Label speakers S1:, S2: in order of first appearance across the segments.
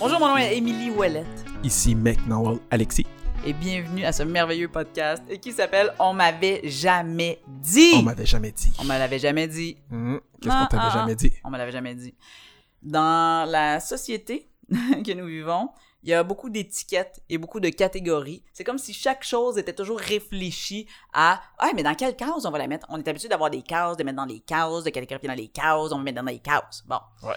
S1: Bonjour, mon nom est Émilie Ouellette
S2: Ici Mec Noel Alexis.
S1: et bienvenue à ce merveilleux podcast et qui s'appelle On m'avait jamais dit.
S2: On m'avait jamais dit.
S1: On me l'avait jamais dit.
S2: Hmm, Qu'est-ce
S1: Ah,
S2: qu'on t'avait
S1: ah, ah.
S2: jamais dit?
S1: On me l'avait jamais dit. Dans la société que nous vivons, il y a beaucoup d'étiquettes et beaucoup de catégories. C'est comme si chaque chose était toujours réfléchie à Ah, mais dans quelle case on va la mettre On est habitué d'avoir des cases, de mettre dans les cases, de catégoriser dans les cases, on va mettre dans les cases. Bon.
S2: Ouais.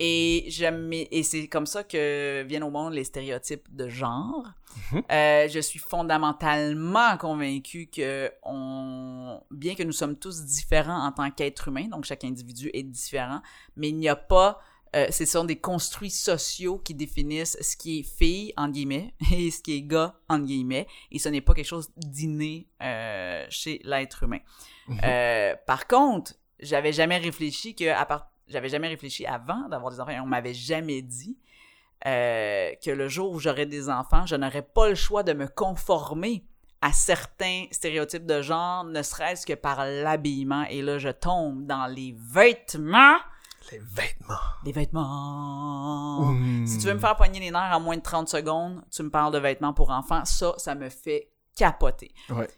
S1: Et, j'aime- et c'est comme ça que viennent au monde les stéréotypes de genre.
S2: Mhm.
S1: Euh, je suis fondamentalement convaincue que on, bien que nous sommes tous différents en tant qu'êtres humains, donc chaque individu est différent, mais il n'y a pas, euh, ce sont des construits sociaux qui définissent ce qui est fille, en guillemets, et ce qui est gars, en guillemets, et ce n'est pas quelque chose d'inné euh, chez l'être humain.
S2: Mhm.
S1: Euh, par contre, j'avais jamais réfléchi que, à part, j'avais jamais réfléchi avant d'avoir des enfants, et on m'avait jamais dit euh, que le jour où j'aurais des enfants, je n'aurais pas le choix de me conformer à certains stéréotypes de genre, ne serait-ce que par l'habillement. Et là, je tombe dans les vêtements.
S2: Les vêtements.
S1: Les vêtements.
S2: Hmm.
S1: Oh, Si tu veux me faire poigner les nerfs en moins de 30 secondes, tu me parles de vêtements pour enfants. Ça, ça me fait capoter.
S2: Ouais.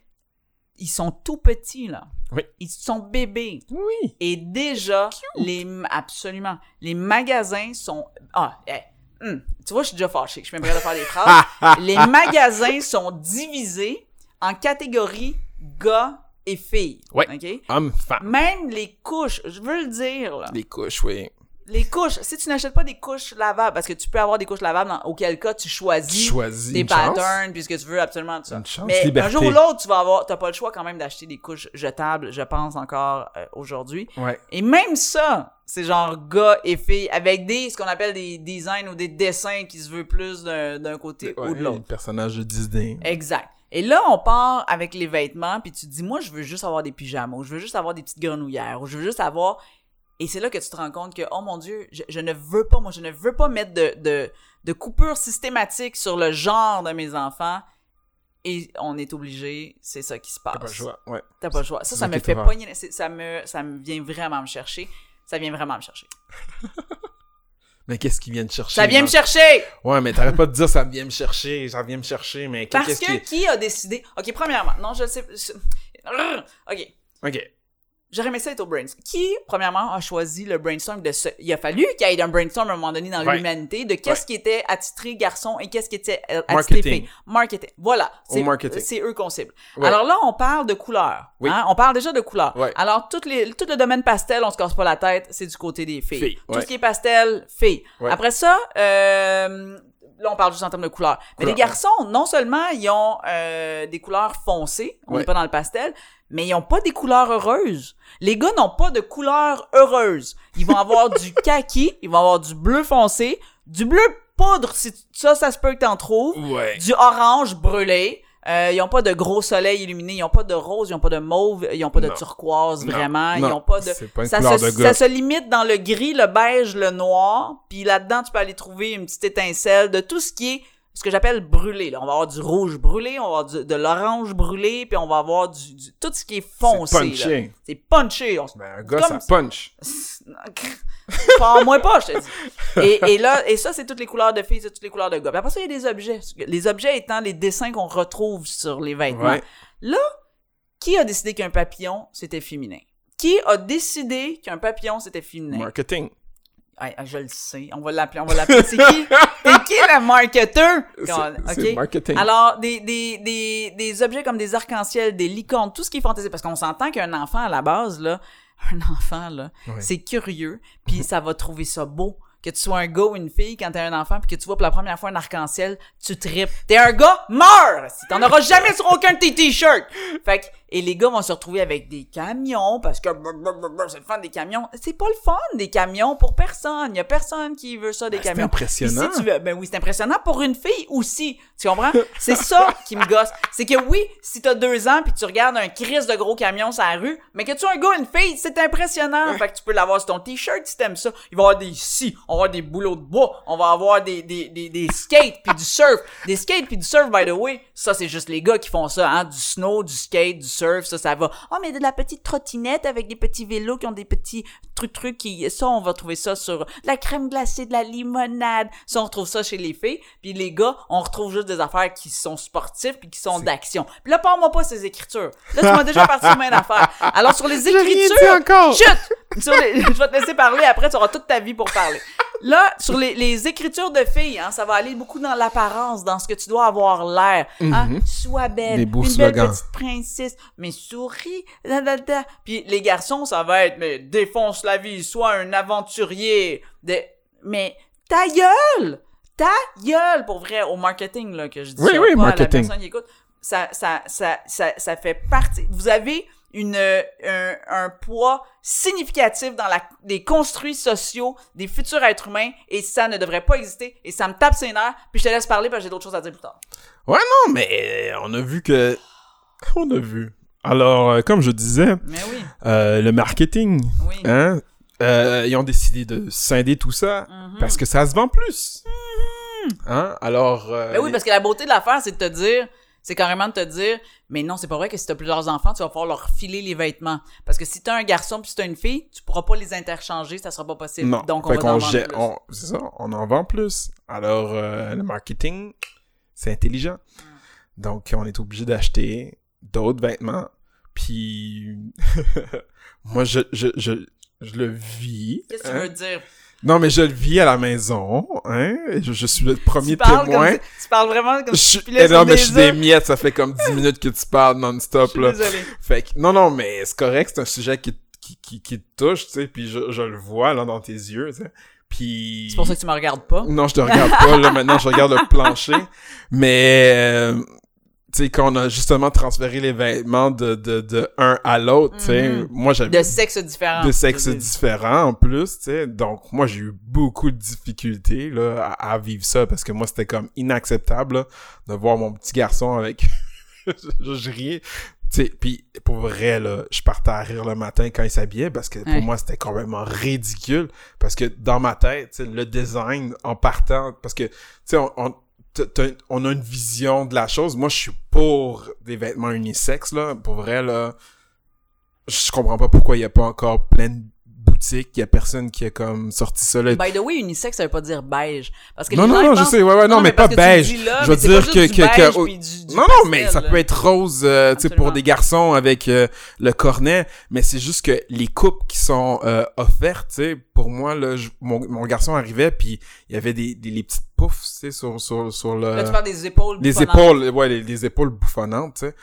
S1: Ils sont tout petits, là.
S2: Oui.
S1: Ils sont bébés.
S2: Oui.
S1: Et déjà, les absolument, les magasins sont ah, eh, hum, tu vois, je suis déjà fâché, je suis même prêt à faire des phrases. les magasins sont divisés en catégories gars et filles.
S2: Ouais.
S1: OK?
S2: Homme, femme.
S1: Même les couches, je veux le dire là.
S2: Les couches, oui.
S1: Les couches, si tu n'achètes pas des couches lavables parce que tu peux avoir des couches lavables dans- auquel cas tu
S2: Tu
S1: choisis
S2: choisis
S1: tes
S2: une chance.
S1: patterns puis ce que tu veux absolument tout ça.
S2: Une chance,
S1: Mais
S2: liberté.
S1: un jour ou l'autre, tu vas avoir t'as pas le choix quand même d'acheter des couches jetables, je pense encore euh, aujourd'hui.
S2: Ouais.
S1: Et même ça, c'est genre gars et filles avec des, ce qu'on appelle des designs ou des dessins qui se veut plus d'un d'un côté
S2: Ouais,
S1: ou de
S2: le
S1: l'autre. Eh,
S2: personnage de Disney.
S1: Exact. Et là, on part avec les vêtements, puis tu te dis, moi, je veux juste avoir des pyjamas, ou je veux juste avoir des petites grenouillères, ou je veux juste avoir... Et c'est là que tu te rends compte que, oh mon Dieu, je, je ne veux pas, moi, je ne veux pas mettre de, de, de coupure systématique sur le genre de mes enfants. Et on est obligé, c'est ça qui se passe.
S2: T'as pas le choix. Ouais.
S1: T'as pas le choix. Ça,
S2: C'est
S1: ça
S2: ça
S1: me
S2: qui est
S1: fait
S2: horreur.
S1: pogner. c'est- Ça me, ça me vient vraiment me chercher. Ça vient vraiment me chercher.
S2: Mais qu'est-ce qu'ils viennent chercher?
S1: Ça vient
S2: là?
S1: me chercher!
S2: Ouais, mais t'arrêtes pas de dire ça vient me chercher, ça vient me chercher, mais
S1: Parce
S2: qu'est-ce
S1: que
S2: qui.
S1: qui a décidé. Ok, premièrement, non, je le sais. je- Rrr! Ok.
S2: Ok.
S1: J'aurais aimé ça être au brainstorm. Qui, premièrement, a choisi le brainstorm de ce. Il a fallu qu'il y ait un brainstorm à un moment donné dans
S2: Ouais.
S1: l'humanité de qu'est-ce qui était attitré garçon et qu'est-ce qui était euh, attitré
S2: Marketing.
S1: fille. Marketing. Voilà.
S2: Au
S1: C'est-
S2: marketing.
S1: C'est eux qu'on cible.
S2: Ouais.
S1: Alors là, on parle de couleurs.
S2: Oui.
S1: hein. On parle déjà de couleurs.
S2: Ouais.
S1: Alors, toutes les, tout le domaine pastel, on se casse pas la tête, c'est du côté des filles.
S2: Filles,
S1: Tout
S2: ouais.
S1: ce qui est pastel, filles.
S2: Ouais.
S1: Après ça, euh, là, on parle juste en termes de couleurs. Mais les
S2: Couleurs,
S1: garçons, non seulement ils ont euh, des couleurs foncées, on n'est
S2: Ouais.
S1: pas dans le pastel, mais ils n'ont pas des couleurs heureuses. Les gars n'ont pas de couleurs heureuses. Ils vont avoir du kaki, ils vont avoir du bleu foncé, du bleu poudre, si tu- ça, ça se peut que t'en trouves,
S2: Ouais.
S1: du orange brûlé. Euh, ils n'ont pas de gros soleil illuminé, ils n'ont pas de rose, ils n'ont pas de mauve, ils n'ont pas de
S2: Non.
S1: turquoise,
S2: Non,
S1: vraiment.
S2: non,
S1: Ah, Ils n'ont pas de
S2: C'est pas une
S1: ça
S2: couleur
S1: se,
S2: de
S1: ça
S2: gars.
S1: se limite dans le gris, le beige, le noir, puis là-dedans, tu peux aller trouver une petite étincelle de tout ce qui est ce que j'appelle brûlé. Là. On va avoir du rouge brûlé, on va avoir du- de l'orange brûlé, puis on va avoir du, du- tout ce qui est foncé.
S2: C'est
S1: là.
S2: punché.
S1: C'est punché. On se...
S2: Ben, un gars,
S1: Comme-
S2: ça punch.
S1: Parle-moi pas, je te dis. Et, et là, et ça, c'est toutes les couleurs de filles, c'est toutes les couleurs de gars. Puis après ça, il y a des objets. Les objets étant les dessins qu'on retrouve sur les vêtements.
S2: Ouais.
S1: Qui a décidé qu'un papillon, c'était féminin? Qui a décidé qu'un papillon, c'était féminin?
S2: Marketing.
S1: Hey, ah, je le sais. On va l'appeler. On va l'appeler. C'est qui? C'est qui le marketeur?
S2: C'est
S1: Quand-
S2: c'est
S1: ok.
S2: marketing.
S1: Alors, des, des, des, des objets comme des arcs-en-ciel, des licornes, tout ce qui est fantaisie. Parce qu'on s'entend qu'un enfant, à la base, là, un enfant, là,
S2: Ouais.
S1: c'est curieux, puis ça va trouver ça beau. Que tu sois un gars ou une fille quand t'es un enfant, puis que tu vois pour la première fois un arc-en-ciel, tu tripes. T'es un gars, meurs! Si t'en auras jamais sur aucun de tes t-shirts! Fait que Et les gars vont se retrouver avec des camions parce que c'est le fun des camions. C'est pas le fun des camions pour personne. Il y a personne qui veut ça des
S2: Ben, C'est
S1: camions. Puis
S2: impressionnant.
S1: si tu veux- ben oui, c'est impressionnant pour une fille aussi. Tu comprends? C'est ça qui me gosse. C'est que oui, si t'as deux ans puis tu regardes un crise de gros camion sur la rue, mais que tu sois un gars, une fille, c'est impressionnant. Fait que tu peux l'avoir sur ton t-shirt si t'aimes ça. Il va y avoir des scies, on va avoir des boulots de bois, on va avoir des, des, des, des skates puis du surf. Des skates puis du surf, by the way, ça c'est juste les gars qui font ça, hein. Du snow, du skate, du surf, ça, ça va. Oh, mais de la petite trottinette avec des petits vélos qui ont des petits trucs, trucs qui, ça, on va trouver ça sur de la crème glacée, de la limonade. Ça, on retrouve ça chez les filles. Puis les gars, on retrouve juste des affaires qui sont sportives puis qui sont d'action. Puis là, parle-moi pas ces écritures. Là, tu m'as déjà parti sur main d'affaires. Alors, sur les
S2: rien
S1: écritures.
S2: dit encore.
S1: Chut! Sur les- Je vais te laisser parler après, tu auras toute ta vie pour parler. Là, sur les, les écritures de filles, hein, ça va aller beaucoup dans l'apparence, dans ce que tu dois avoir l'air. hein. Sois belle,
S2: Mhm. Des beaux
S1: une belle
S2: slogans.
S1: petite princesse, mais souris, da, da, da. Puis les garçons, ça va être, mais défonce la vie, sois un aventurier. De... Mais ta gueule! Ta gueule, pour vrai, au marketing, là, que je dis
S2: Oui,
S1: ça,
S2: oui,
S1: pas à la
S2: marketing.
S1: personne qui écoute. Ça, ça, ça, ça, ça fait partie... Vous avez une, euh, un, un poids significatif dans la, les construits sociaux des futurs êtres humains, et ça ne devrait pas exister, et ça me tape ses nerfs, puis je te laisse parler, parce que j'ai d'autres choses à dire plus tard.
S2: Ouais, non, mais euh, on a vu que. On a vu. Alors, euh, comme je disais,
S1: Mais oui,
S2: euh, le marketing,
S1: oui.
S2: hein, euh, ils ont décidé de scinder tout ça
S1: Mhm.
S2: parce que ça se vend plus. Hein? Alors. euh,
S1: Ben oui, parce que la beauté de l'affaire, c'est de te dire, c'est carrément de te dire, mais non, c'est pas vrai que si t'as plusieurs enfants, tu vas pouvoir leur filer les vêtements. Parce que si t'as un garçon puis si t'as une fille, tu pourras pas les interchanger, ça sera pas possible.
S2: Non.
S1: Donc, on
S2: Fait
S1: va
S2: qu'on
S1: t'en vendre
S2: gère-
S1: plus.
S2: on- C'est ça, on en vend plus. Alors, euh, le marketing, c'est
S1: Mhm.
S2: intelligent. Donc, on est obligé d'acheter d'autres vêtements. Puis, moi, je, je, je, je le vis.
S1: Qu'est-ce que
S2: hein.
S1: tu veux dire?
S2: Non, mais je le vis à la maison. Hein? Je, je suis le premier
S1: tu, parles
S2: témoin.
S1: comme si- tu parles vraiment comme
S2: Je
S1: si
S2: suis...
S1: tu pilais
S2: eh non,
S1: sur
S2: mais je suis des
S1: œufs.
S2: miettes. Ça fait comme 10 minutes que tu parles
S1: Je
S2: non-stop.
S1: suis
S2: là.
S1: désolée.
S2: Fait que, non, non, mais c'est correct, c'est un sujet qui, qui, qui, qui te touche, tu sais, puis je, je le vois, là, dans tes yeux, tu sais. Puis...
S1: C'est pour ça que tu me regardes pas.
S2: Non, je te regarde pas, là, maintenant, je regarde le plancher, mais... euh, tu sais, quand on a justement transféré les vêtements de, de, de un à l'autre, tu sais,
S1: Mhm.
S2: moi, j'avais...
S1: De sexe différent.
S2: De sexe
S1: Je-
S2: différent, en plus, tu sais. Donc, moi, j'ai eu beaucoup de difficultés, là, à, à vivre ça, parce que moi, c'était comme inacceptable, là, de voir mon petit garçon avec... je, je riais. Tu sais, puis pour vrai, là, je partais à rire le matin quand il s'habillait, parce que pour
S1: Ouais.
S2: moi, c'était complètement ridicule, parce que dans ma tête, tu sais, le design, en partant, parce que, tu sais, on... on t'as- t'as- on a une vision de la chose. Moi, je suis pour des vêtements unisexes, là. Pour vrai, là, je comprends pas pourquoi il n'y a pas encore plein de boutiques, il n'y a personne qui a comme sorti ça là.
S1: By the way, unisex, ça veut pas dire beige. Parce que
S2: non,
S1: les
S2: non,
S1: gens,
S2: non,
S1: ils
S2: je
S1: pensent-
S2: sais, ouais, ouais, non, mais, pas
S1: parce que tu le
S2: beige.
S1: dis là,
S2: je veux
S1: mais c'est pas
S2: dire que,
S1: juste du
S2: que, que-
S1: beige
S2: oh,
S1: puis du- du
S2: non, non, mais
S1: pastel,
S2: ça
S1: là.
S2: peut être rose, euh, tu sais, pour
S1: Absolument.
S2: des garçons avec euh, le cornet, mais c'est juste que les coupes qui sont euh, offertes, tu sais, pour moi, là, je- mon, mon garçon arrivait, puis il y avait des, des les petites poufs, tu sais, sur, sur, sur le...
S1: Là, tu parles des épaules.
S2: Les
S1: bouffonantes.
S2: euh, épaules, ouais, les, les épaules bouffonnantes, tu sais.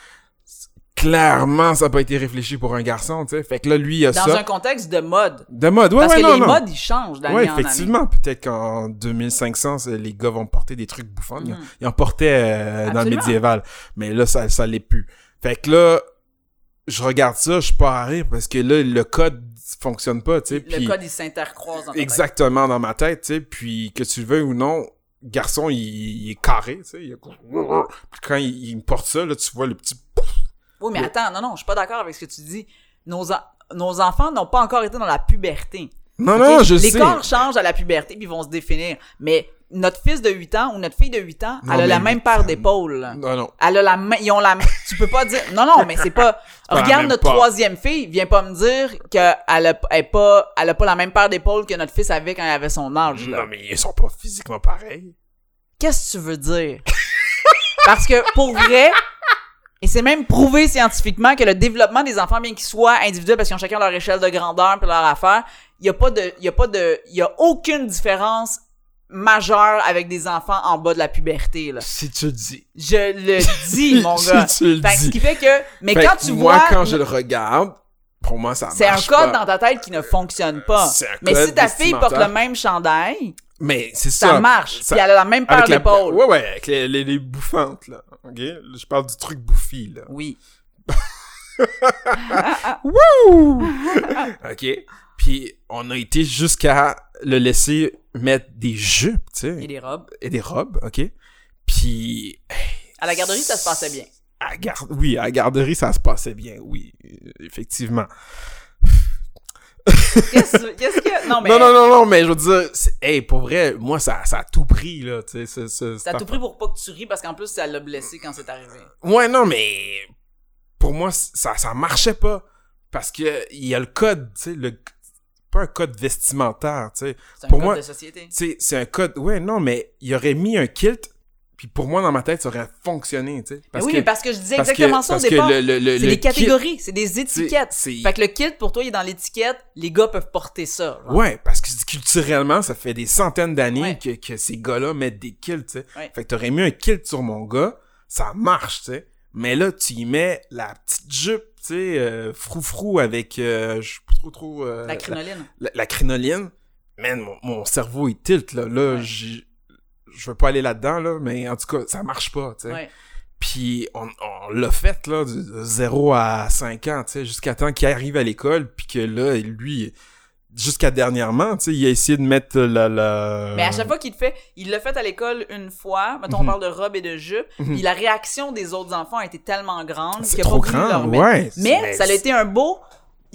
S2: Clairement, ça n'a pas été réfléchi pour un garçon, tu sais. Fait que là, lui, il a
S1: Dans
S2: ça.
S1: un contexte de mode.
S2: De mode, ouais,
S1: Parce
S2: ouais,
S1: que
S2: non,
S1: les
S2: non.
S1: modes, ils changent d'année
S2: ouais,
S1: en année.
S2: effectivement, peut-être qu'en 2500, c'est- les gars vont porter des trucs bouffants. Ils en-
S1: Mhm.
S2: Ils en portaient euh, dans le
S1: Absolument.
S2: médiéval. Mais là, ça, ça l'est plus. Fait que là, je regarde ça, je pars à rire parce que là, le code fonctionne pas, tu sais.
S1: Le
S2: puis-
S1: code, il s'intercroise dans ta tête.
S2: exactement dans ma tête, tu sais, puis que tu le veuilles ou non, garçon, il, il est carré, tu sais, il est- Puis quand il, il me porte ça, là, tu vois le petit...
S1: Oui, mais
S2: Le-
S1: attends, non, non, je suis pas d'accord avec ce que tu dis. Nos, en- nos enfants n'ont pas encore été dans la puberté.
S2: Non,
S1: Ok?
S2: non, je
S1: Les
S2: sais.
S1: corps changent à la puberté puis ils vont se définir. Mais notre fils de 8 ans ou notre fille de 8 ans,
S2: Non,
S1: elle a
S2: mais
S1: la
S2: huit
S1: même
S2: ans.
S1: paire d'épaules.
S2: Non, non.
S1: Elle a la main, ils ont la main. tu peux pas dire, non, non, mais c'est pas,
S2: pas la
S1: regarde
S2: même
S1: notre
S2: paire.
S1: troisième fille, viens pas me dire qu'elle a, elle est pas, elle a pas la même paire d'épaules que notre fils avait quand il avait son âge, là.
S2: Non, mais ils sont pas physiquement pareils.
S1: Qu'est-ce que tu veux dire? Parce que pour vrai, et c'est même prouvé scientifiquement que le développement des enfants, bien qu'ils soient individuels parce qu'ils ont chacun leur échelle de grandeur puis leur affaire, il y a pas de, il y a pas de, il y a aucune différence majeure avec des enfants en bas de la puberté là.
S2: Si tu le dis.
S1: Je le dis, mon
S2: si
S1: gars.
S2: tu le
S1: Fait que ce
S2: dis.
S1: qui fait que, mais
S2: Fait
S1: quand
S2: que
S1: tu
S2: moi,
S1: vois,
S2: quand je le regarde, pour moi, ça marche
S1: c'est un code
S2: pas.
S1: dans ta tête qui ne fonctionne pas.
S2: C'est un
S1: Mais
S2: code
S1: si ta fille porte le
S2: vestimentaire.
S1: même chandail,
S2: Mais c'est ça.
S1: ça, marche.
S2: ça-
S1: Puis elle a la même paire
S2: Avec la...
S1: d'épaules.
S2: Ouais, ouais, avec les, les, les bouffantes, là. OK? Je parle du truc bouffi, là.
S1: Oui.
S2: Wouh! OK. Puis on a été jusqu'à le laisser mettre des jupes, tu sais.
S1: Et des robes.
S2: et des robes, OK? Puis... hey,
S1: À la garderie, ça se passait bien.
S2: à la gar- Oui, à la garderie, ça se passait bien, oui, euh, effectivement.
S1: Qu'est-ce qu'est-ce que. Non, mais.
S2: Non, non, non, non, mais je veux dire, c'est- hey, pour vrai, moi, ça, ça a tout pris, là, tu sais, ce- ce-
S1: Ça a
S2: cette
S1: tout pris pour pas que tu ris parce qu'en plus, ça l'a blessé quand c'est arrivé.
S2: Ouais, non, mais pour moi, c- ça, ça marchait pas. Parce que il y a le code, tu sais, le... pas un code vestimentaire, tu sais.
S1: C'est un
S2: Pour
S1: code
S2: moi-
S1: de société.
S2: Tu sais, c'est un code. Ouais, non, mais il aurait mis un kilt, puis pour moi, dans ma tête, ça aurait fonctionné, tu sais.
S1: Mais
S2: Parce
S1: oui,
S2: que-
S1: mais parce que je disais
S2: parce que-
S1: exactement ça au
S2: parce que
S1: départ.
S2: le- le- le-
S1: C'est
S2: le
S1: des
S2: kit-
S1: catégories, c'est des
S2: tu sais,
S1: étiquettes.
S2: c'est-
S1: Fait que le kit, pour toi, il est dans l'étiquette. Les gars peuvent porter ça. genre.
S2: Ouais, parce que culturellement, ça fait des centaines d'années
S1: Ouais.
S2: que, que ces gars-là mettent des kilts, tu sais.
S1: Ouais.
S2: Fait que t'aurais mis un kilt sur mon gars, ça marche, tu sais. Mais là, tu y mets la petite jupe, tu sais, euh, froufrou avec, euh, je sais pas trop trop... euh,
S1: La crinoline.
S2: la, la crinoline, man, mon, mon cerveau il tilt là. Là,
S1: Ouais.
S2: j'ai- je veux pas aller là-dedans là, mais en tout cas, ça marche pas, tu sais.
S1: Ouais.
S2: Puis on, on l'a fait là de, de 0 à 5 ans, tu sais, jusqu'à temps qu'il arrive à l'école puis que là lui jusqu'à dernièrement, tu sais, il a essayé de mettre la la
S1: Mais à chaque fois qu'il le fait, il l'a fait à l'école une fois. Mettons, on
S2: Euh. Mhm.
S1: parle de robe et de jupe.
S2: Mhm.
S1: Puis la réaction des autres enfants a été tellement grande qu'il
S2: c'est
S1: a
S2: trop
S1: pas voulu leur
S2: grand,
S1: mettre.
S2: ouais.
S1: Mais,
S2: c'est-
S1: ça a été un beau.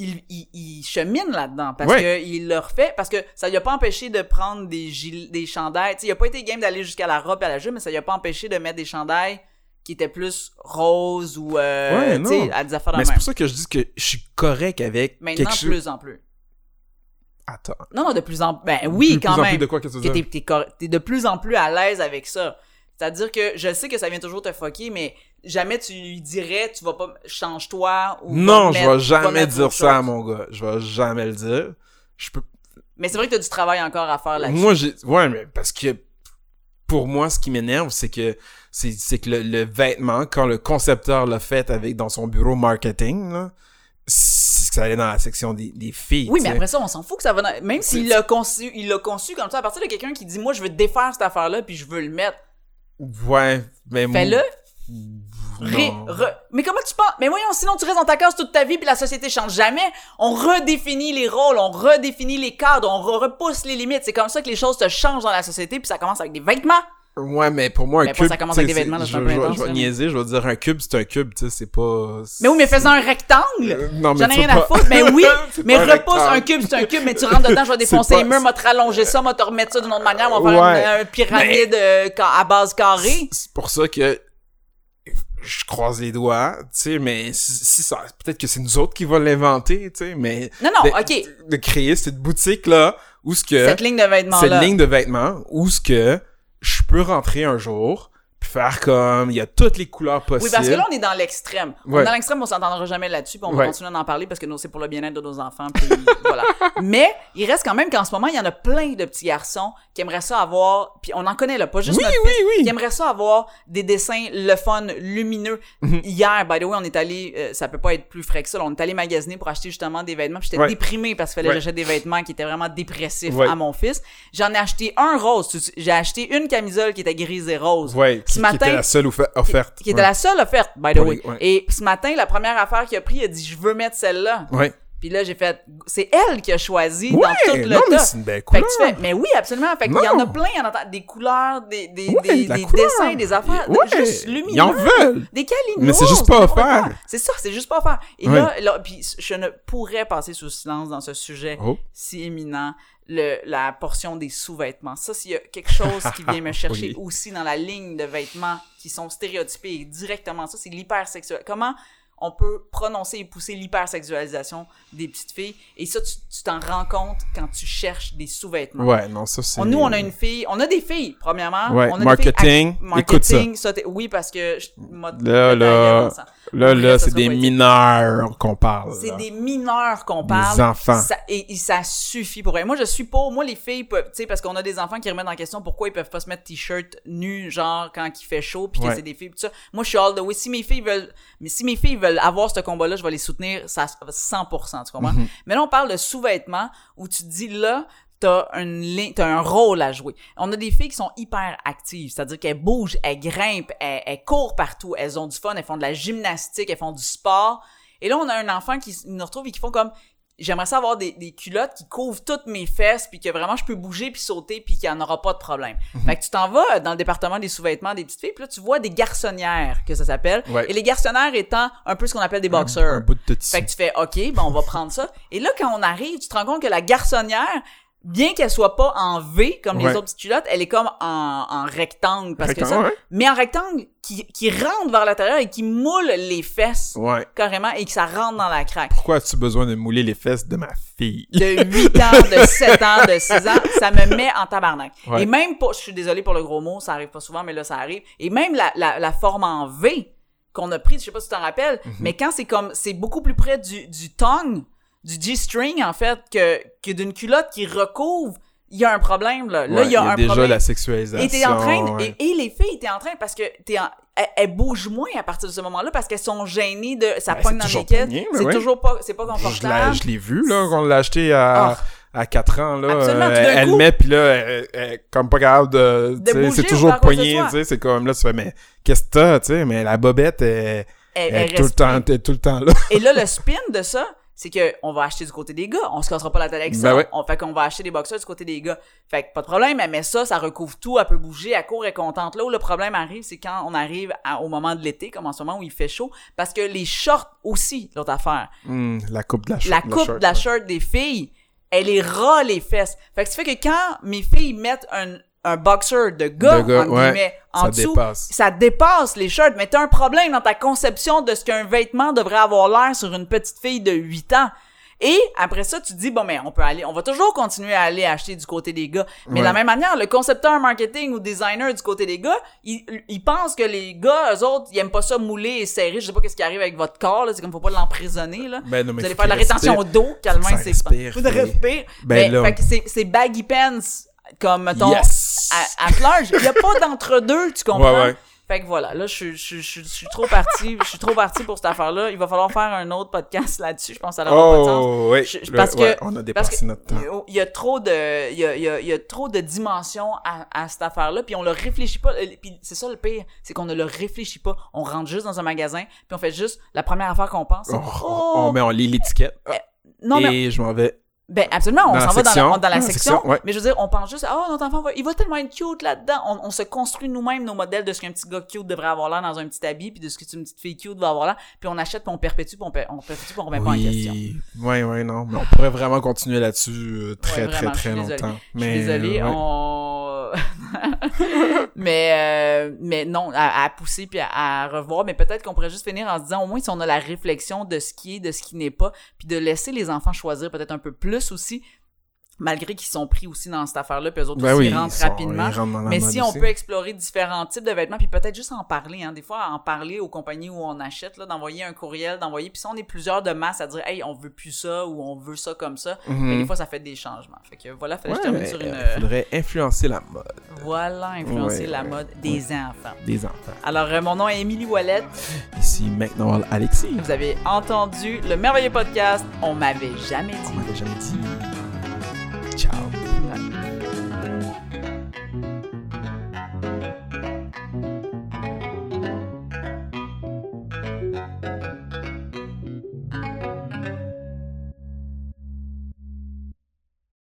S1: Il, il- il chemine là-dedans parce
S2: Ouais.
S1: que il le refait. Parce que ça lui a pas empêché de prendre des, gil- des chandails. Tu sais, il a pas été game d'aller jusqu'à la robe et à la jupe, mais ça lui a pas empêché de mettre des chandails qui étaient plus roses ou euh,
S2: Ouais,
S1: tu sais,
S2: non.
S1: à des affaires de
S2: Mais
S1: même.
S2: c'est pour ça que je dis que je suis correct avec
S1: Maintenant,
S2: quelque
S1: de
S2: chose.
S1: plus en plus.
S2: Attends.
S1: Non, non, de plus en Ben oui,
S2: Plus-
S1: quand
S2: plus en plus
S1: même.
S2: de quoi que tu veux
S1: que
S2: dire?
S1: t'es, t'es cor- t'es de plus en plus à l'aise avec ça. C'est-à-dire que je sais que ça vient toujours te fucker, mais jamais tu lui dirais, tu vas pas, change-toi ou.
S2: Non,
S1: va
S2: je
S1: mettre-
S2: vais
S1: va
S2: jamais
S1: mettre
S2: dire
S1: autre
S2: ça à
S1: chose.
S2: mon gars. Je vais jamais le dire. Je peux
S1: Mais c'est vrai que t'as du travail encore à faire là-dessus.
S2: Moi, j'ai. Ouais, mais parce que pour moi, ce qui m'énerve, c'est que c'est c'est que le, le vêtement, quand le concepteur l'a fait avec dans son bureau marketing, là, c'est que ça allait dans la section des, des filles.
S1: Oui,
S2: tu
S1: mais
S2: sais.
S1: après ça, on s'en fout que ça va dans- Même s'il l'a conçu, il l'a conçu comme ça, à partir de quelqu'un qui dit, moi, je veux défaire cette affaire-là, puis je veux le mettre.
S2: Ouais, mais moi-
S1: Fais-le, ré-
S2: Non.
S1: re- Mais comment tu penses? Mais voyons, sinon, tu restes dans ta case toute ta vie, puis la société change jamais. On redéfinit les rôles, on redéfinit les cadres, on re- repousse les limites. C'est comme ça que les choses se changent dans la société, puis ça commence avec des vêtements.
S2: Ouais, mais pour moi, un
S1: Mais Ben, pour
S2: cube.
S1: ça commence
S2: tu sais,
S1: avec des
S2: c'est-
S1: vêtements, là, c'est
S2: je,
S1: un peu
S2: je vais-
S1: intense,
S2: je vais
S1: là, mais-
S2: niaiser, je vais dire un cube, c'est un cube, tu sais, c'est pas.
S1: Mais oui, mais fais un rectangle!
S2: Euh, non, mais
S1: J'en ai
S2: c'est
S1: rien à
S2: pas-
S1: foutre, mais oui,
S2: C'est
S1: mais
S2: pas
S1: repousse
S2: rectangle.
S1: un cube, c'est un cube, mais tu rentres dedans, je vais défoncer
S2: pas-
S1: les murs, je vais te rallonger ça, je vais te remettre ça d'une autre manière, on va faire
S2: Ouais.
S1: une, un pyramide euh, ca- à base carrée.
S2: C'est- C'est pour ça que je croise les doigts, tu sais, mais si, si ça, peut-être que c'est nous autres qui va l'inventer, tu euh, sais, mais
S1: Non, non,
S2: de-
S1: ok.
S2: de créer cette boutique là où ce que
S1: Cette ligne de
S2: cette
S1: vêtements-là.
S2: ligne de vêtements où ce que je peux rentrer un jour puis faire comme il y a toutes les couleurs
S1: Oui,
S2: possibles.
S1: parce que là, on est dans l'extrême. On est
S2: Ouais.
S1: Dans l'extrême, on s'entendra jamais là-dessus, puis on va
S2: Ouais.
S1: continuer d'en parler parce que nous, c'est pour le bien-être de nos enfants, puis voilà. Mais il reste quand même qu'en ce moment, il y en a plein de petits garçons qui aimeraient ça avoir, puis on en connaît là, pas juste
S2: Oui,
S1: notre
S2: oui,
S1: fils,
S2: oui.
S1: qui aimeraient ça avoir des dessins le fun, lumineux.
S2: Mhm.
S1: Hier, by the way, on est allé, euh, ça peut pas être plus frais que ça, là, on est allé magasiner pour acheter justement des vêtements, puis j'étais
S2: Ouais.
S1: déprimée parce qu'il fallait
S2: Ouais.
S1: que j'achète des vêtements qui étaient vraiment dépressifs
S2: Ouais.
S1: à mon fils. J'en ai acheté un rose, Tu- tu- j'ai acheté une camisole qui était grise et rose
S2: ouais, qui, qui
S1: matin,
S2: était la seule offe- offerte.
S1: qui était la seule offerte, by the
S2: Pour
S1: way.
S2: les- ouais.
S1: Et ce matin, la première affaire qu'il a pris, il a dit Je veux mettre celle-là.
S2: Ouais. Ouais.
S1: Puis là, j'ai fait C'est elle qui a choisi
S2: Ouais,
S1: dans tout le
S2: non, mais
S1: tas.
S2: c'est une belle
S1: Fait
S2: couleur.
S1: que tu fais, mais oui, absolument. Fait qu'il y en a
S2: Non.
S1: plein, il y en a des couleurs, des, des,
S2: Ouais,
S1: des,
S2: de la
S1: des
S2: couleur.
S1: dessins, des affaires,
S2: Ouais,
S1: ah, juste
S2: Ils en
S1: lumineux.
S2: veulent.
S1: Des calinours.
S2: Mais c'est juste pas
S1: n'importe quoi.
S2: offert.
S1: C'est ça, c'est juste pas offert. Et
S2: Ouais.
S1: là, là, puis je ne pourrais passer sous silence dans ce sujet
S2: Oh.
S1: si éminent, le, la portion des sous-vêtements. Ça, s'il y a quelque chose qui vient me chercher
S2: Oui.
S1: aussi dans la ligne de vêtements qui sont stéréotypés directement, ça, c'est l'hypersexuel. Comment on peut prononcer et pousser l'hypersexualisation des petites filles? Et ça, tu tu t'en rends compte quand tu cherches des sous-vêtements.
S2: Ouais, non, ça c'est
S1: On- nous, on a une fille, on a des filles, premièrement.
S2: Ouais,
S1: on a des
S2: marketing,
S1: filles act-
S2: écoute ça.
S1: marketing, ça. t'es- oui, parce que je- moi,
S2: Là, là,
S1: avant ça.
S2: Là, là,
S1: Ça
S2: c'est
S1: sera
S2: des
S1: pas été.
S2: mineurs qu'on parle.
S1: C'est
S2: là.
S1: des mineurs qu'on
S2: Des
S1: parle.
S2: enfants.
S1: Ça, et, et ça suffit pour eux. Moi, je suis pour. Moi, les filles peuvent, tu sais, parce qu'on a des enfants qui remettent en question pourquoi ils peuvent pas se mettre t-shirt nu, genre quand il fait chaud, puis que
S2: Ouais.
S1: c'est des filles, pis tout ça. Moi, je suis all the way. Si mes filles veulent, mais si mes filles veulent avoir ce combat-là, je vais les soutenir ça, 100%, tu comprends?
S2: Mhm.
S1: Mais là, on parle de sous-vêtements où tu te dis là, t'as une ligne, t'as un rôle à jouer. On a des filles qui sont hyper actives, c'est-à-dire qu'elles bougent, elles grimpent, elles, elles courent partout, elles ont du fun, elles font de la gymnastique, elles font du sport. Et là, on a un enfant qui s- nous retrouve et qui font comme j'aimerais ça avoir des, des culottes qui couvrent toutes mes fesses puis que vraiment je peux bouger puis sauter puis qu'il n'y en aura pas de problème.
S2: Mhm.
S1: Fait que tu t'en vas dans le département des sous-vêtements des petites filles puis là tu vois des garçonnières que ça s'appelle
S2: Ouais.
S1: et les garçonnières étant un peu ce qu'on appelle des boxers.
S2: Un bout de tissu.
S1: Fait que tu fais OK, ben on va prendre ça. Et là quand on arrive, tu te rends compte que la garçonnière bien qu'elle soit pas en V comme les
S2: Ouais.
S1: autres petites culottes, elle est comme en, en rectangle parce que ça
S2: Rectangle,
S1: mais en rectangle qui, qui rentre vers l'intérieur et qui moule les fesses
S2: ouais. Ouais.
S1: carrément et que ça rentre dans la craque.
S2: Pourquoi as-tu besoin de mouler les fesses de ma fille?
S1: De 8 ans, de 7 ans, de 6 ans, ça me met en tabarnak.
S2: Ouais.
S1: Et même pas, je suis désolée pour le gros mot, ça arrive pas souvent, mais là ça arrive. Et même la, la, la forme en V qu'on a prise, je sais pas si tu t'en rappelles,
S2: Mhm.
S1: mais quand c'est comme, c'est beaucoup plus près du, du tongue, du G-string en fait, que, que d'une culotte qui recouvre, il y a un problème là. Là,
S2: Ouais,
S1: il y a un
S2: déjà
S1: problème.
S2: la sexualisation.
S1: Et t'es en train, de-
S2: ouais.
S1: et, et les filles, t'es en train, parce que t'es en, elles, elles bougent moins à partir de ce moment-là, parce qu'elles sont gênées de, ça
S2: Ben,
S1: pogne
S2: c'est
S1: dans
S2: toujours
S1: les quêtes.
S2: pogné, mais
S1: C'est
S2: ouais.
S1: toujours pas, c'est pas
S2: Je l'ai-
S1: confortable.
S2: je l'ai vu, là, qu'on l'a acheté à,
S1: Ah.
S2: à 4 ans, là.
S1: Absolument,
S2: Euh,
S1: tout d'un
S2: elle
S1: coup.
S2: met, puis là, elle, elle est comme pas capable de... tu sais,
S1: bouger
S2: c'est
S1: ou
S2: toujours
S1: faire quoi que ce
S2: poigné,
S1: soit.
S2: tu sais. C'est comme, là, tu fais, mais qu'est-ce que t'as, tu sais? Mais la bobette, elle,
S1: Elles-
S2: elle
S1: elles
S2: est tout le
S1: restent-
S2: temps, elle est tout le temps là.
S1: Et là, le spin de ça, c'est que on va acheter du côté des gars. On se cassera pas la tête avec ça.
S2: Ben ouais.
S1: On fait qu'on va acheter des boxeurs du côté des gars. Fait que pas de problème, elle met ça, ça recouvre tout, elle peut bouger, elle court, elle est contente. Là où le problème arrive, c'est quand on arrive à- au moment de l'été, comme en ce moment où il fait chaud, parce que les shorts aussi, l'autre affaire.
S2: Hum, la coupe de la
S1: la
S2: short-
S1: coupe
S2: short,
S1: de la
S2: ouais.
S1: shirt des filles, elle est ras les fesses. Fait que ça fait que quand mes filles mettent un, un boxer de gars,
S2: De gars,
S1: entre
S2: ouais,
S1: guillemets, en
S2: ça
S1: dessous,
S2: dépasse.
S1: ça dépasse les shirts. Mais t'as un problème dans ta conception de ce qu'un vêtement devrait avoir l'air sur une petite fille de 8 ans. Et après ça, tu te dis, bon, mais on peut aller, on va toujours continuer à aller acheter du côté des gars. Mais de la
S2: Ouais.
S1: même manière, le concepteur marketing ou designer du côté des gars, il, il pense que les gars, eux autres, ils aiment pas ça mouler et serré. Je sais pas qu'est-ce qui arrive avec votre corps, là. C'est comme, faut pas l'emprisonner, là.
S2: Ben non, mais
S1: Vous allez
S2: faut
S1: faire de la
S2: qu'il
S1: rétention au
S2: respire.
S1: dos, calmer,
S2: Faut que ça
S1: c'est
S2: respire,
S1: Faut de
S2: fille.
S1: respire.
S2: Ben
S1: Ben,
S2: là.
S1: Fait que c'est, c'est baggy pants, comme, mettons,
S2: Yes!
S1: à, à large. Il n'y a pas d'entre-deux, tu comprends?
S2: Ouais, ouais.
S1: Fait que voilà, là, je, je, je, je suis trop parti, je suis trop parti pour cette affaire-là. Il va falloir faire un autre podcast là-dessus, je pense que ça n'aura pas de sens.
S2: Oh, oui.
S1: Je- je-
S2: Le-
S1: parce que-
S2: ouais, on a dépassé
S1: que-
S2: notre temps.
S1: Il y a trop de, il y a, il y a- il y a trop de dimensions à, à cette affaire-là, puis on le réfléchit pas. Euh, Puis c'est ça le pire, c'est qu'on ne le réfléchit pas. On rentre juste dans un magasin, puis on fait juste la première affaire qu'on pense. c'est,
S2: Oh,
S1: oh,
S2: On met, on lit l'étiquette.
S1: non, mais
S2: Et je m'en vais.
S1: ben absolument,
S2: Dans
S1: on
S2: la
S1: s'en va dans la,
S2: section.
S1: on- dans la
S2: Dans la
S1: section,
S2: section, ouais.
S1: mais je veux dire, on pense juste, oh notre enfant, va, il va tellement être cute là-dedans. On, on se construit nous-mêmes nos modèles de ce qu'un petit gars cute devrait avoir là dans un petit habit, puis de ce qu'une petite fille cute va avoir là, puis on achète, puis on perpétue, puis on, per- on perpétue, puis on remet pas en question.
S2: Ouais, ouais, non. Mais on pourrait vraiment continuer là-dessus euh, très,
S1: Ouais, vraiment,
S2: très, très
S1: je suis désolée.
S2: longtemps.
S1: Je
S2: Mais,
S1: suis désolée,
S2: euh, ouais.
S1: on... mais, euh, mais non, à, à pousser puis à, à revoir, mais peut-être qu'on pourrait juste finir en se disant, au moins, si on a la réflexion de ce qui est, de ce qui n'est pas, puis de laisser les enfants choisir peut-être un peu plus aussi, malgré qu'ils sont pris aussi dans cette affaire-là, puis eux autres
S2: Ben
S1: aussi
S2: oui,
S1: ils rentrent
S2: sont-
S1: rapidement.
S2: ils rentrent dans la
S1: Mais
S2: mode
S1: si on
S2: aussi.
S1: peut explorer différents types de vêtements, puis peut-être juste en parler, hein, des fois en parler aux compagnies où on achète, là, d'envoyer un courriel, d'envoyer, puis si on est plusieurs de masse à dire, hey, on veut plus ça ou on veut ça comme ça,
S2: Mhm.
S1: mais des fois, ça fait des changements. Fait que voilà, fallait que je
S2: Ouais,
S1: termine sur une. euh,
S2: euh, faudrait influencer la mode
S1: Voilà, influencer
S2: Ouais,
S1: la
S2: ouais,
S1: mode des enfants.
S2: des enfants.
S1: Alors, euh, mon nom est Émilie Wallet.
S2: Ici, McNowell Alexis.
S1: Vous avez entendu le merveilleux podcast On m'avait jamais
S2: On
S1: dit.
S2: m'a déjà dit. Ciao.
S1: Voilà.